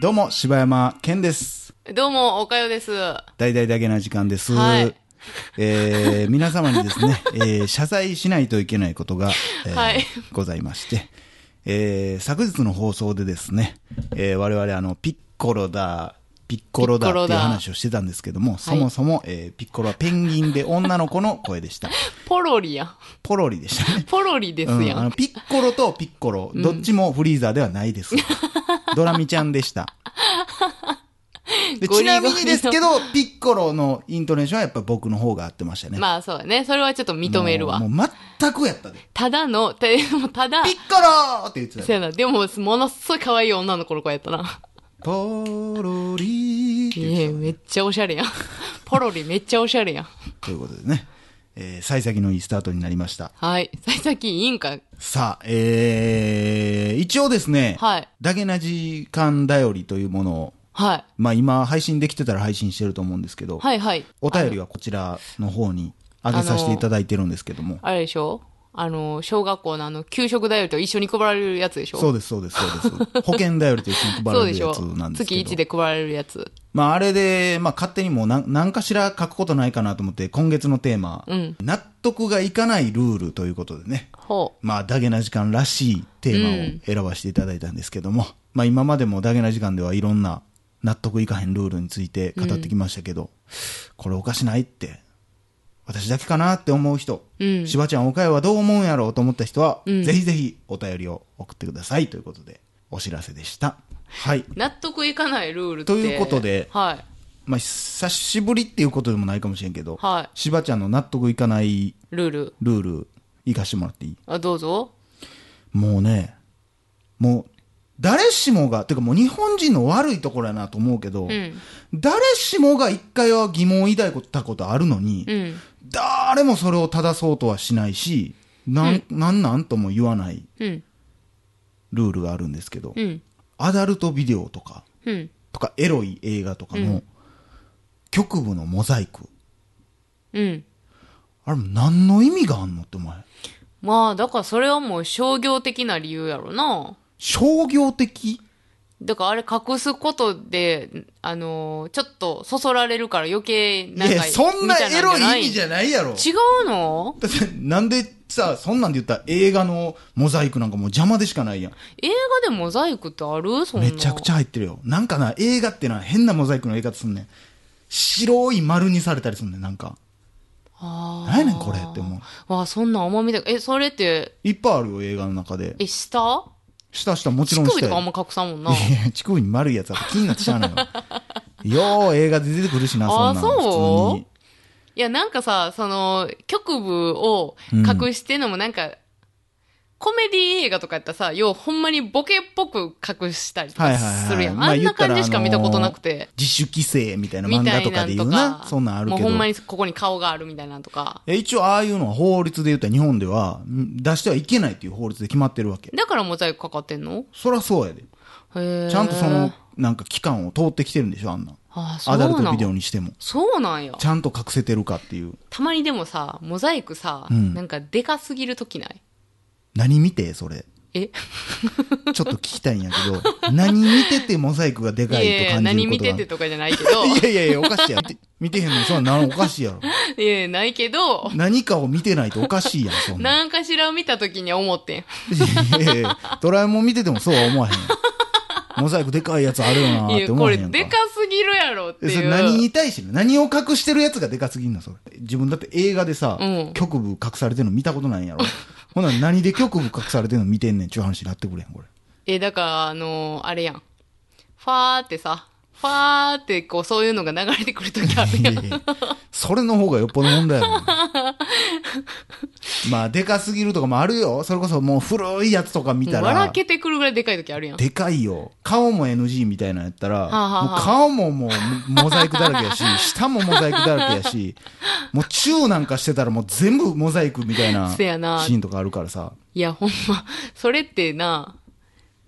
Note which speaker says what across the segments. Speaker 1: どうも、柴山健です。
Speaker 2: どうも、おかよです。
Speaker 1: 大々だけな時間です。
Speaker 2: はい
Speaker 1: えー皆様にですね、 えー謝罪しないといけないことが、えー
Speaker 2: はい
Speaker 1: ございまして、えー昨日の放送でですね、えー我々あの、ピッコロだ、ピッコロだ
Speaker 2: ピ
Speaker 1: っ
Speaker 2: ッコロ
Speaker 1: て
Speaker 2: だ
Speaker 1: いう話をしてたんですけども、そもそも、えーピッコロはペンギンで女の子の声でした。
Speaker 2: ポロリやん。
Speaker 1: ポロリでしたね。
Speaker 2: ポロリです
Speaker 1: うん
Speaker 2: やん。
Speaker 1: あのピッコロとピッコロ、どっちもフリーザではないです。 ドラミちゃんでした。で
Speaker 2: ゴ
Speaker 1: ち
Speaker 2: リゴ
Speaker 1: な
Speaker 2: リ
Speaker 1: み
Speaker 2: の
Speaker 1: にですけど、ピッコロのイントネーションはやっぱ僕の方が合ってましたね。
Speaker 2: まあそうだね。それはちょっと認めるわ
Speaker 1: もう。もう全くやったで。
Speaker 2: ただの、たでもただ
Speaker 1: ピ、ッコローって言ってた
Speaker 2: そう
Speaker 1: よ。
Speaker 2: やな。でも、ものすごい可愛い女の子の子やったな。
Speaker 1: ポロリーって言っ
Speaker 2: い
Speaker 1: て
Speaker 2: や、めっちゃおしゃれやん。ポロリめっちゃおしゃれやん。
Speaker 1: たということでね。えー、幸先のいいスタートになりました。
Speaker 2: はい。最先いいんか。
Speaker 1: さあ、えー、一応ですね、
Speaker 2: はい
Speaker 1: ダゲな時間だよりというものを、
Speaker 2: はい。
Speaker 1: まあ今配信できてたら配信してると思うんですけど、
Speaker 2: はいはい。
Speaker 1: お便りはこちらの方に上げさせていただいてるんですけども。
Speaker 2: あれでしょあの、小学校のあの、給食だよりと一緒に配られるやつでしょ
Speaker 1: そううです、そうです、そう です。保険だよりと一緒に配ら
Speaker 2: そ
Speaker 1: れ
Speaker 2: うで
Speaker 1: る
Speaker 2: し
Speaker 1: や
Speaker 2: ょ
Speaker 1: つなんですけ
Speaker 2: 月
Speaker 1: ど。
Speaker 2: 1で配られるやつ。
Speaker 1: まああれで、まあ勝手にもう何何かしら書くことないかなと思って、今月のテーマ、
Speaker 2: うん
Speaker 1: 納得がいかないルールということでね。
Speaker 2: ほう。
Speaker 1: まあ、ダゲな時間らしいテーマを選ばせていただいたんですけども、まあ今までもダゲな時間ではいろんな納得いかへんルールについて語ってきましたけど、これおかしないって、私だけかなって思う人、
Speaker 2: うん
Speaker 1: しばちゃん、おかよはどう思うんやろうと思った人は、ぜひぜひお便りを送ってくださいということで、お知らせでした。はい。
Speaker 2: 納得いかないルールって。
Speaker 1: ということで
Speaker 2: はい。
Speaker 1: まあ久しぶりっていうことでもないかもしれんけど、
Speaker 2: は
Speaker 1: しばちゃんの納得いかない
Speaker 2: ルール。
Speaker 1: ルール、いかしてもらっていい
Speaker 2: あ、どうぞ。
Speaker 1: もうね、もう、誰しもが、てかもう日本人の悪いところやなと思うけど、
Speaker 2: ん
Speaker 1: 誰しもが一回は疑問を抱いたことあるのに、
Speaker 2: うん。
Speaker 1: 誰もそれを正そうとはしないし、なん、なんなんとも言わない
Speaker 2: うん。
Speaker 1: ルールがあるんですけど、
Speaker 2: うん。
Speaker 1: アダルトビデオとか、
Speaker 2: うん。
Speaker 1: とかエロい映画とかの、局部のモザイク。
Speaker 2: うん。
Speaker 1: あれ、何の意味があんのってお前。
Speaker 2: まあ、だからそれはもう商業的な理由やろな。
Speaker 1: 商業的
Speaker 2: だからあれ隠すことで、あのーちょっとそそられるから余計
Speaker 1: い
Speaker 2: なんか
Speaker 1: や、そんな
Speaker 2: みたい
Speaker 1: エロい意味じ
Speaker 2: ゃ
Speaker 1: ゃないやろ。
Speaker 2: ない違うの
Speaker 1: だってなんでさ、そんなんで言ったら映画のモザイクなんかもう邪魔でしかないやん。
Speaker 2: 映画でモザイクってあるそんな。
Speaker 1: めちゃくちゃ入ってるよ。なんかな、映画ってのは変なモザイクの映画すんねん。白い丸にされたりすんねん、なんか。
Speaker 2: あー
Speaker 1: 何やねんこれって思う。
Speaker 2: わあ、そんなんあんま見たえ、それって、
Speaker 1: いっぱいあるよ、映画の中で。
Speaker 2: え、下
Speaker 1: 下下もちろん
Speaker 2: 乳首
Speaker 1: 下
Speaker 2: とかあ
Speaker 1: や
Speaker 2: ん
Speaker 1: で。
Speaker 2: ま隠さんもん
Speaker 1: い
Speaker 2: な。
Speaker 1: やいや、乳首に丸いやつは気になってしゃあないよ。よう映画で出てくるしな、そんな
Speaker 2: あ
Speaker 1: の
Speaker 2: そう
Speaker 1: 普通に。
Speaker 2: いや、なんかさ、その、局部を隠してんのもなんか、コメディ映画とかやったらさ、要はほんまにボケっぽく隠したりと
Speaker 1: はい
Speaker 2: か
Speaker 1: はいはい
Speaker 2: するやん。
Speaker 1: まあ
Speaker 2: あん
Speaker 1: 言っ
Speaker 2: な
Speaker 1: たら
Speaker 2: 感じしか見たことなくて。
Speaker 1: 自主規制みたいな
Speaker 2: み
Speaker 1: 漫
Speaker 2: た
Speaker 1: 画
Speaker 2: い
Speaker 1: と
Speaker 2: な
Speaker 1: かで言
Speaker 2: んと
Speaker 1: うな
Speaker 2: か。。
Speaker 1: そんなんあるけ
Speaker 2: もう
Speaker 1: ど
Speaker 2: ほん。まにここに顔があるみたいなんとか。
Speaker 1: え一応ああいうのは法律で言ったら日本ではん出してはいけないっていう法律で決まってるわけ。
Speaker 2: だからモザイクかかってんの
Speaker 1: そりゃそうやで。
Speaker 2: へー
Speaker 1: ちゃんとその、なんか期間を通ってきてるんでしょ、あんなん。
Speaker 2: あそ
Speaker 1: ア
Speaker 2: う
Speaker 1: ダルト
Speaker 2: な
Speaker 1: ビデオ
Speaker 2: ん
Speaker 1: にしても。
Speaker 2: そうなんや
Speaker 1: ち。ゃんと隠せてるかっていう。
Speaker 2: たまにでもさ、モザイクさ、
Speaker 1: うん
Speaker 2: なんかでかすぎるときない
Speaker 1: 何見てそれ。 ち
Speaker 2: え
Speaker 1: ょっと聞きたいんやけど、何見ててモザイクがで
Speaker 2: い
Speaker 1: か
Speaker 2: や
Speaker 1: い
Speaker 2: い
Speaker 1: と
Speaker 2: や、
Speaker 1: 感じ
Speaker 2: 何
Speaker 1: るこ
Speaker 2: 見
Speaker 1: と
Speaker 2: て
Speaker 1: が。
Speaker 2: てとかじゃない け
Speaker 1: い
Speaker 2: ど、
Speaker 1: やいやいや、おかしいやん。見て見てへんのに、そんなのおかしいやろ。
Speaker 2: いやいや、ないけど、
Speaker 1: 何かを見てないとおかしいやん、そんな。
Speaker 2: なんかしら見たときには思ってん。
Speaker 1: いやいやドラえもん見ててもそうは思わへんやん。モザイクでかいやつあるよなー
Speaker 2: い
Speaker 1: っ
Speaker 2: や、
Speaker 1: て思
Speaker 2: こ
Speaker 1: わへん
Speaker 2: れ
Speaker 1: やんか。
Speaker 2: でかすぎるやろって
Speaker 1: えそ
Speaker 2: い
Speaker 1: れ
Speaker 2: う。
Speaker 1: 何に対してる何を隠してるやつがでかすぎんのそれ。自分だって映画でさ、
Speaker 2: うん
Speaker 1: 局部隠されてるの見たことないんやろ。 ほな何で局部隠されてるの見てんねんちゅう話になってくれへん、これ。
Speaker 2: え、だから、あのーあれやん。ファーってさ、ファーってこう、そういうのが流れてくるときある
Speaker 1: い
Speaker 2: や
Speaker 1: や
Speaker 2: ん。
Speaker 1: いやそれの方がよっぽど問題やろ。まあ、でかすぎるとかもあるよ。それこそもう古いやつとか 見た
Speaker 2: 笑
Speaker 1: ら。
Speaker 2: けてくるぐらいでかいときあるやん。
Speaker 1: でかいよ。顔も NG みたいなのやったら、
Speaker 2: あはあはあ
Speaker 1: もう顔ももうモザイクだらけや し、舌もモザイクだらけやし、もうチューなんかしてたらもう全部モザイクみたいなシ
Speaker 2: せやな
Speaker 1: ーンとかあるからさ。
Speaker 2: いや、ほんま、それってな、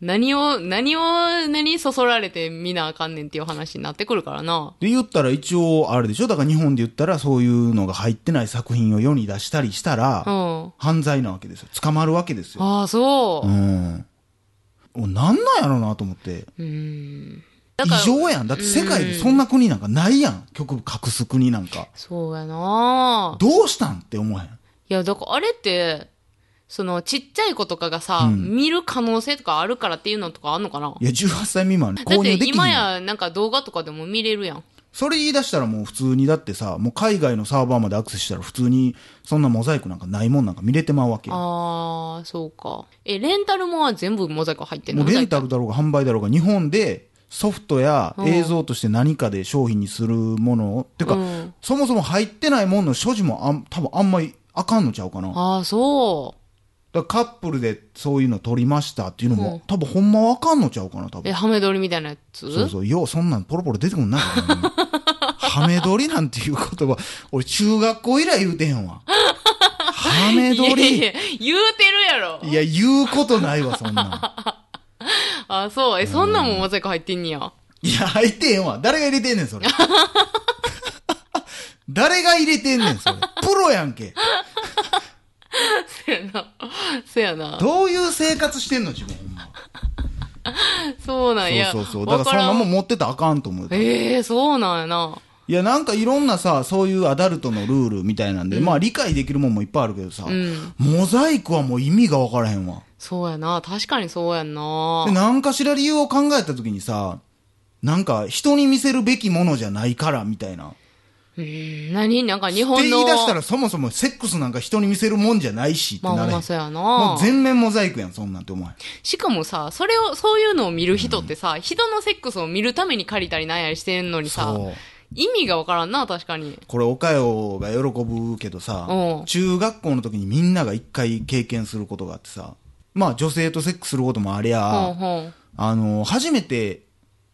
Speaker 2: 何を、何を、何そそられて見なあかんねんっていう話になってくるからな。
Speaker 1: で、言ったら一応、あれでしょだから日本で言ったらそういうのが入ってない作品を世に出したりしたら、
Speaker 2: うん。あ
Speaker 1: 犯罪なわけですよ。捕まるわけですよ。
Speaker 2: あ、そうう。
Speaker 1: ん。おなんなんやろなと思って。
Speaker 2: うん。だ
Speaker 1: 異常やん。だって世界でそんな国なんかないやん。曲隠す国なんか。
Speaker 2: そうやなぁ
Speaker 1: どうしたんって思わへん。
Speaker 2: いや、だからあれって、その、ちっちゃい子とかがさ、見る可能性とかあるからっていうのとかあんのかない
Speaker 1: や、18歳未満
Speaker 2: だ
Speaker 1: 購
Speaker 2: っ
Speaker 1: 入
Speaker 2: て
Speaker 1: できひん
Speaker 2: 今
Speaker 1: やん。
Speaker 2: やなんか動画とかでも見れるやん。
Speaker 1: それ言い出したらもう普通にだってさ、もう海外のサーバーまでアクセスしたら普通にそんなモザイクなんかないもんなんか見れてまうわけよ。
Speaker 2: あー、そうか。え、レンタルもは全部モザイク入ってん
Speaker 1: も
Speaker 2: の
Speaker 1: うレンタルだろうが販売だろうが日本でソフトや
Speaker 2: うん
Speaker 1: 映像として何かで商品にするものを、てか、
Speaker 2: うん
Speaker 1: そもそも入ってないものの所持もあん多分あんまりあかんのちゃうかな。だか
Speaker 2: あー、そ
Speaker 1: らカップルでそういうの撮りましたっていうのも、
Speaker 2: うん
Speaker 1: 多分ほんまはあかんのちゃうかな、多
Speaker 2: う。
Speaker 1: 分。
Speaker 2: え、ハメ撮りみたいなやつ
Speaker 1: そうそう、ようそんなんポロポロ出てくんな。ほんまハメ撮りなんていう言葉、俺中学校以来言うてへんわ。ハメ撮り。
Speaker 2: いやいや言うてるやろ。
Speaker 1: いや、言うことないわ、そんなん。
Speaker 2: あ、そう。え、そんなんもモザイク入ってんねや。
Speaker 1: いや、入ってへんわ。誰が入れてんねん、 それ。誰が入れてんねん、それ。プロやんけ。
Speaker 2: そやな。そやな。
Speaker 1: どういう生活してんの、自分、ほんま。
Speaker 2: そうなんや。
Speaker 1: そうそうそう。だから
Speaker 2: わ
Speaker 1: そん
Speaker 2: ら
Speaker 1: なもん持ってたらあかんと思う。い
Speaker 2: ええそうなんやな。
Speaker 1: や、なんかいろんなさ、そういうアダルトのルールみたいなんで、まあ理解できるもんもいっぱいあるけどさ、
Speaker 2: ん
Speaker 1: モザイクはもう意味がわからへんわ。
Speaker 2: そうやな。確かにそうやんな
Speaker 1: で、。何かしら理由を考えたときにさ、なんか人に見せるべきものじゃないから、みたいな。
Speaker 2: うん。何なんか日
Speaker 1: っ
Speaker 2: 本
Speaker 1: て
Speaker 2: の。
Speaker 1: 言い出したらそもそもセックスなんか人に見せるもんじゃないしって
Speaker 2: まあ
Speaker 1: なれへ
Speaker 2: ま
Speaker 1: ん
Speaker 2: あ、そうや
Speaker 1: も
Speaker 2: な
Speaker 1: う。全面モザイクやんそんなんって思わへん
Speaker 2: しかもさ、それを、そういうのを見る人ってさ、人のセックスを見るために借りたりなんやりしてんのにさ、
Speaker 1: そう
Speaker 2: 意味がわからんな、確かに。
Speaker 1: これおかよが喜ぶけどさ
Speaker 2: うん
Speaker 1: 中学校の時にみんなが一回経験することがあってさまあ女性とセックスすることもあり
Speaker 2: ほん
Speaker 1: ゃ、
Speaker 2: ほん。
Speaker 1: あの初めて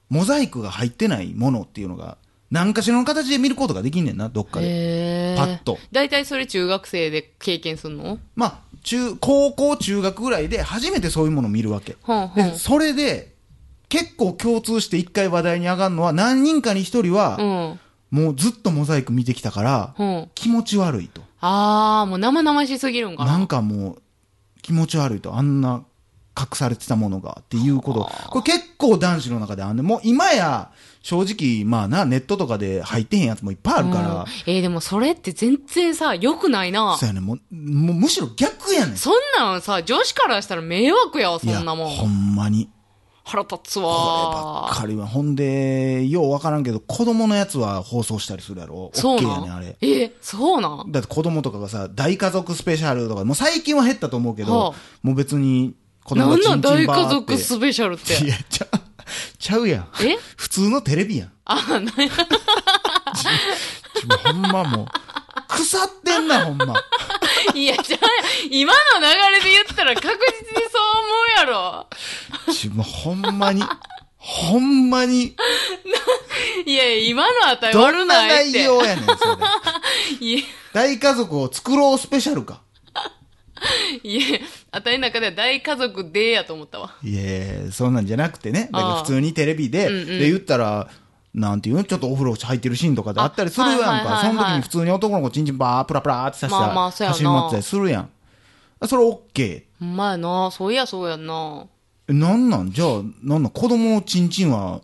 Speaker 1: モザイクが入ってないものっていうのが何かしらの形で見ることができんねんなどっかで
Speaker 2: へえ。
Speaker 1: パッと。
Speaker 2: 大体それ中学生で経験すんの
Speaker 1: まあ中高校中学ぐらいで初めてそういうものを見るわけ
Speaker 2: ほんほん
Speaker 1: で。それで結構共通して一回話題に上がるのは何人かに一人は、
Speaker 2: うん。
Speaker 1: もうずっとモザイク見てきたから、
Speaker 2: うん。
Speaker 1: 気持ち悪いと。
Speaker 2: あー、もう生々しすぎるんか
Speaker 1: な
Speaker 2: な。
Speaker 1: んかもう、気持ち悪いと。あんな隠されてたものがっていうこと。これ結構男子の中であんねんもう今や、正直、まあな、ネットとかで入ってへんやつもいっぱいあるから、
Speaker 2: うんえーでもそれって全然さ、良くないな。
Speaker 1: そうやねんもう、もうむしろ逆やねん。
Speaker 2: そんなんさ、女子からしたら迷惑やわ、そ
Speaker 1: いや、
Speaker 2: んなも
Speaker 1: ほ
Speaker 2: ん。
Speaker 1: んまに。
Speaker 2: 腹立つ
Speaker 1: これば
Speaker 2: わ
Speaker 1: っ。かりは。ほんで、ようわからんけど、子供のやつは放送したりするやろ。
Speaker 2: そう
Speaker 1: OK
Speaker 2: な
Speaker 1: やねん、あ
Speaker 2: ん
Speaker 1: れ。
Speaker 2: え、そうなん
Speaker 1: だって子供とかがさ、大家族スペシャルとか、もう最近は減ったと思うけど、
Speaker 2: はあ
Speaker 1: もう別に子
Speaker 2: な
Speaker 1: 供
Speaker 2: ん
Speaker 1: チ
Speaker 2: な
Speaker 1: ン
Speaker 2: ん
Speaker 1: チン
Speaker 2: 大
Speaker 1: バー
Speaker 2: 家
Speaker 1: って
Speaker 2: 族スペシャルって。
Speaker 1: いや、ちゃう、ちゃうやん。
Speaker 2: え
Speaker 1: 普通のテレビやん。
Speaker 2: あ、 なんや
Speaker 1: ちょほんまもう、腐ってんな、ほんま。
Speaker 2: いや、じゃあ、今の流れで言ったら確実にそう思うやろ。
Speaker 1: ちょもうほんまに、ほんまに、
Speaker 2: いや、今のあたり
Speaker 1: ど
Speaker 2: 悪
Speaker 1: んな
Speaker 2: ないっ
Speaker 1: 内
Speaker 2: て。
Speaker 1: 容やねん、それ。
Speaker 2: いや、
Speaker 1: 大家族を作ろうスペシャルか。
Speaker 2: いや、あたりの中では大家族でやと思ったわ。
Speaker 1: いやそんなんじゃなくてね。だから
Speaker 2: ああ
Speaker 1: 普通にテレビで、
Speaker 2: うんうん
Speaker 1: で、言ったら、なんていうのちょっとお風呂入ってるシーンとかであったりするやんか。
Speaker 2: あはいはいはいはい
Speaker 1: その時に普通に男の子チンチンバープラプラーってさして、
Speaker 2: まあまあそうやな
Speaker 1: 走り回ってたりするやん。それオッケ
Speaker 2: ほんまやな。そういや、そうやんな。
Speaker 1: ー。えなんなんじゃあ、なんなん子供のチンチンは、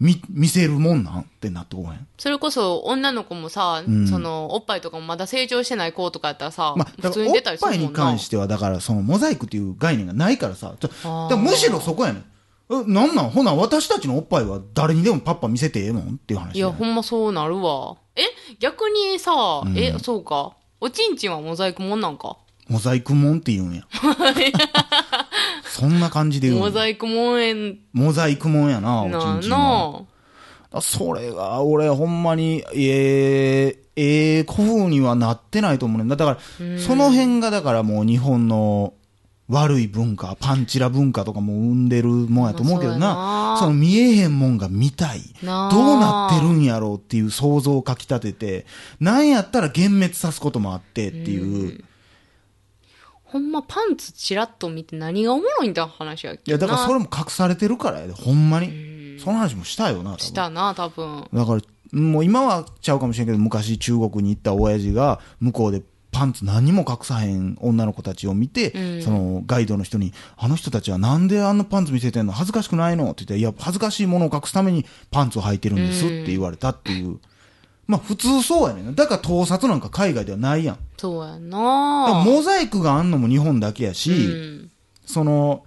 Speaker 1: み、見せるもんなんってなってこへん。
Speaker 2: それこそ女の子もさ、
Speaker 1: ん
Speaker 2: その、おっぱいとかもまだ成長してない子とかやったらさ、
Speaker 1: まあ、
Speaker 2: 普
Speaker 1: だか
Speaker 2: 通
Speaker 1: ら
Speaker 2: に
Speaker 1: お
Speaker 2: 出た
Speaker 1: っ
Speaker 2: りす
Speaker 1: ぱい
Speaker 2: るも
Speaker 1: に
Speaker 2: んな
Speaker 1: 関。しては、だからそのモザイクっていう概念がないからさ、ちょ
Speaker 2: あー
Speaker 1: だからむしろそこやねん。えなんなんほな、私たちのおっぱいは誰にでもパッパ見せてええのんっていう話
Speaker 2: い
Speaker 1: や
Speaker 2: や、
Speaker 1: ねん。
Speaker 2: ほんまそうなるわ。え、逆にさ、え、そうか。おちんちんはモザイクもんなんか。
Speaker 1: モザイクもんって言 うんや。そんな感じで言うんや
Speaker 2: モザイクもんえん
Speaker 1: モザイクもんやな、おち
Speaker 2: なん
Speaker 1: ちんは。
Speaker 2: な。
Speaker 1: あそれが、俺、ほんまに、ええええ古風にはなってないと思うねんだ。だから、その辺が、だからもう日本の悪い文化、パンチラ文化とかも生んでるもんやと思うけど
Speaker 2: ま
Speaker 1: な
Speaker 2: あ、
Speaker 1: そ
Speaker 2: そう
Speaker 1: の
Speaker 2: やな
Speaker 1: 見えへんもんが見たい。どう
Speaker 2: なあ
Speaker 1: なってるんやろうっていう想像をかきたてて、なんやったら幻滅さすこともあってっていう。
Speaker 2: ほんまパンツチラッと見て何がおもろいんだ話やっ
Speaker 1: い
Speaker 2: け
Speaker 1: や、だ
Speaker 2: な
Speaker 1: からそれも隠されてるからやで、ほんまに。その話もしたよな、多分
Speaker 2: したな、多分。
Speaker 1: だから、もう今はちゃうかもしれんけど、昔中国に行った親父が、向こうでパンツ何も隠さへん女の子たちを見て、
Speaker 2: うん
Speaker 1: そのガイドの人に、あの人たちはなんであんなパンツ見せてんの恥ずかしくないのって言って、いや、恥ずかしいものを隠すためにパンツを履いてるんですって言われたっていう。まあ普通そうやねんな。だから盗撮なんか海外ではないやん。
Speaker 2: そうやな
Speaker 1: だから
Speaker 2: ぁ
Speaker 1: モザイクがあんのも日本だけやし、
Speaker 2: うん
Speaker 1: その、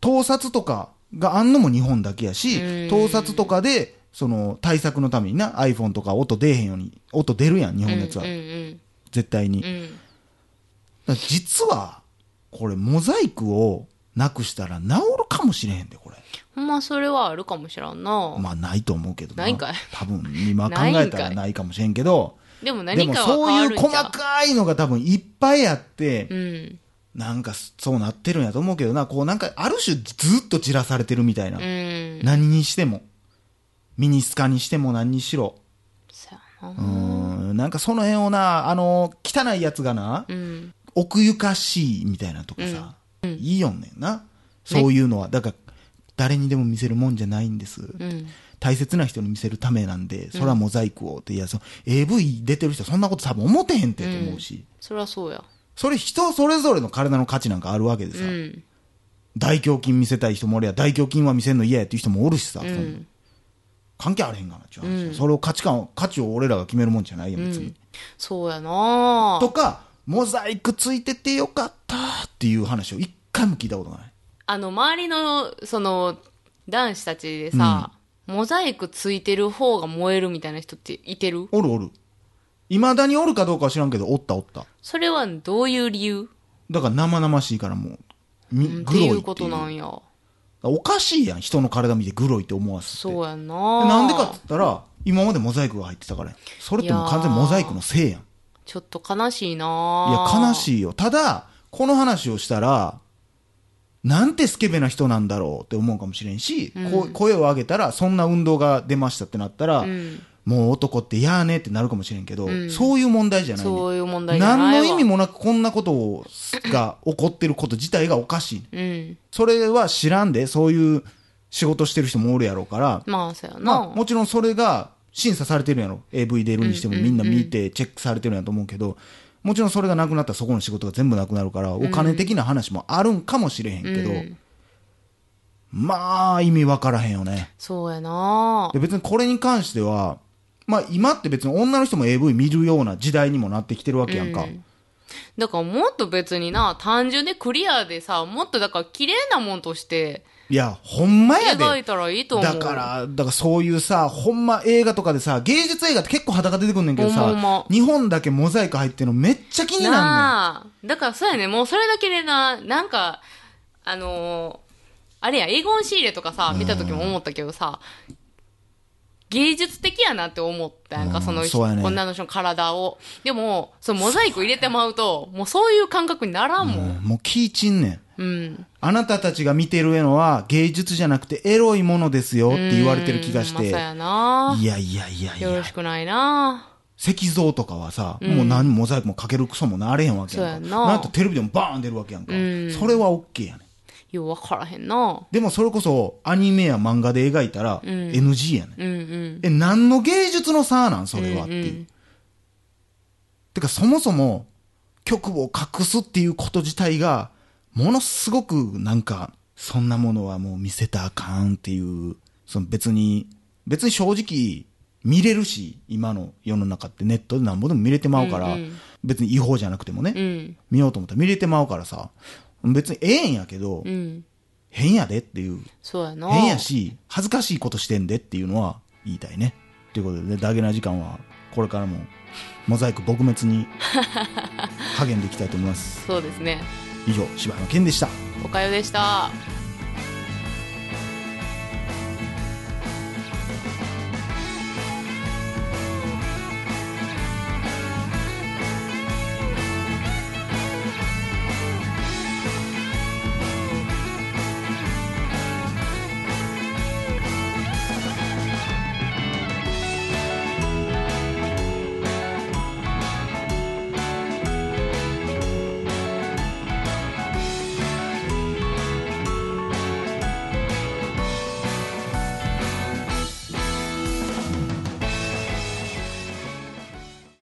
Speaker 1: 盗撮とかがあんのも日本だけや
Speaker 2: う
Speaker 1: し、
Speaker 2: ん
Speaker 1: 盗撮とかで、その対策のためにな、iPhone とか音出えへんように、音出るやん、日本のやつは。
Speaker 2: うんうん
Speaker 1: 絶対に。
Speaker 2: うんうん
Speaker 1: だから実は、これ、モザイクをなくしたら治るかもしれへんで、これ。
Speaker 2: ほんまそれはあるかもしらんなぁ
Speaker 1: まあ、ないと思うけど
Speaker 2: ないんかい
Speaker 1: 多分、今考
Speaker 2: ない
Speaker 1: え
Speaker 2: ん
Speaker 1: た
Speaker 2: からい
Speaker 1: ないかもしれんけど、
Speaker 2: でも
Speaker 1: で
Speaker 2: 何
Speaker 1: も
Speaker 2: かは変
Speaker 1: そう
Speaker 2: わ
Speaker 1: い
Speaker 2: る
Speaker 1: うん
Speaker 2: ちゃう
Speaker 1: 細かいのが多分いっぱいあって、
Speaker 2: うん
Speaker 1: なんかそうなってるんやと思うけどな、こうなんかある種ずっと散らされてるみたいな。
Speaker 2: うん
Speaker 1: 何にしても。ミニスカにしても何にしろ。
Speaker 2: そうや
Speaker 1: うー、
Speaker 2: なん
Speaker 1: なんかその辺をな、あの、汚いやつがな、
Speaker 2: うん
Speaker 1: 奥ゆかしいみたいなとこさ、いいよんねんな。そういうのは。だから、誰にでも見せるもんじゃないんです。
Speaker 2: うん
Speaker 1: 大切な人に見せるためなんで、それはモザイクをって、いや、その AV 出てる人そんなこと多分思ってへんってと思うし、
Speaker 2: そりゃそうや
Speaker 1: それ人それぞれの体の価値なんかあるわけで
Speaker 2: う
Speaker 1: さ、
Speaker 2: ん
Speaker 1: 大胸筋見せたい人もおりゃ、大胸筋は見せんの嫌やっていう人もおるしさ、
Speaker 2: う
Speaker 1: その
Speaker 2: ん
Speaker 1: 関係あれへんがなっちゅう話よそれを価値観を、価値を俺らが決めるもんじゃないよ、別に。
Speaker 2: そうやな
Speaker 1: とか、モザイクついててよかったっていう話を一回も聞いたことない。
Speaker 2: あの周りのその男子たちでさ、モザイクついてる方が燃えるみたいな人っていてる
Speaker 1: おるおる。未だにおるかどうかは知らんけど、おったおった。
Speaker 2: それはどういう理由、
Speaker 1: だから生々しいからもう、み
Speaker 2: うんっ
Speaker 1: グ
Speaker 2: て
Speaker 1: ロいって
Speaker 2: い
Speaker 1: いう
Speaker 2: うことなんや
Speaker 1: おかしいやん、人の体見てグロいって思わすって。
Speaker 2: そうやな
Speaker 1: なんでかって言ったら、今までモザイクが入ってたからやんそれってもう完全にモザイクのせいやん。
Speaker 2: ちょっと悲しい
Speaker 1: い
Speaker 2: な
Speaker 1: や、悲
Speaker 2: い
Speaker 1: しいよ。ただ、この話をしたら、なんてスケベな人なんだろうって思うかもしれんし、こう声を上げたら、そんな運動が出ましたってなったら、
Speaker 2: ん
Speaker 1: もう男ってやーねってなるかもしれんけど、そういう問題じゃない、ねん
Speaker 2: そういう問題じゃ
Speaker 1: 何
Speaker 2: ないわ
Speaker 1: の意味もなくこんなことをが起こってること自体がおかしい。
Speaker 2: うん
Speaker 1: それは知らんで、そういう仕事してる人もおるやろうから、
Speaker 2: まあそうやな、
Speaker 1: まあ、もちろんそれが審査されてるんやろ AV 出るにしてもみんな見てチェックされてるんやと思うけど、もちろんそれがなくなったらそこの仕事が全部なくなるからお金的な話もあるんかもしれへんけど、まあ意味わからへんよね
Speaker 2: そうやな
Speaker 1: で別にこれに関してはまあ今って別に女の人も AV 見るような時代にもなってきてるわけやんか、
Speaker 2: だからもっと別にな単純でクリアでさもっとだから綺麗なもんとして
Speaker 1: いやほんまやで
Speaker 2: 描いたらいいと思う
Speaker 1: だから、だからそういうさ、ほんま映画とかでさ、芸術映画って結構裸出てくんねんけど
Speaker 2: ほんまほん
Speaker 1: さ
Speaker 2: ま、
Speaker 1: 日本だけモザイク入ってるのめっちゃ気になんねん。
Speaker 2: なあだからそうやね、もうそれだけでな、なんか、あのーあれや、エゴン仕入れとかさ、見た時も思ったけどさ、芸術的やなって思ったやんか、
Speaker 1: うん
Speaker 2: その、
Speaker 1: そうやね
Speaker 2: 女の人の体を。でも、そのモザイク入れてまうと、もうそういう感覚にならんもん。
Speaker 1: もう聞いちんねん。
Speaker 2: うん。
Speaker 1: あなたたちが見てる絵のは芸術じゃなくてエロいものですよって言われてる気がし
Speaker 2: うん
Speaker 1: て。い
Speaker 2: まあ
Speaker 1: や
Speaker 2: そうや
Speaker 1: いやいやい
Speaker 2: な。よろ
Speaker 1: や
Speaker 2: し。くないな。
Speaker 1: 石像とかはさ、もう何もモザイクもかけるクソもなれへんわけやんか。
Speaker 2: そうやなん
Speaker 1: とテレビでもバーン出るわけやんか。
Speaker 2: うん
Speaker 1: それはオッケーやねん。
Speaker 2: ようわからへんな。
Speaker 1: でもそれこそアニメや漫画で描いたら NG やねん。
Speaker 2: うんうん。
Speaker 1: え、何の芸術の差なんそれはっていう。
Speaker 2: うんうん
Speaker 1: てかそもそも局部を隠すっていうこと自体がものすごくなんかそんなものはもう見せたらあかんっていうその別に別に正直見れるし今の世の中ってネットで何ぼでも見れてまうから、
Speaker 2: うんうん
Speaker 1: 別に違法じゃなくてもね、
Speaker 2: うん。
Speaker 1: 見ようと思ったら見れてまうからさ別にええんやけど、
Speaker 2: うん。
Speaker 1: 変やでっていう
Speaker 2: そうやな。
Speaker 1: 変やし恥ずかしいことしてんでっていうのは言いたいねということでねダゲな時間はこれからもモザイク撲滅に励んでいきたいと思います
Speaker 2: そうですね。
Speaker 1: 以上柴山健でした
Speaker 2: おかよでした。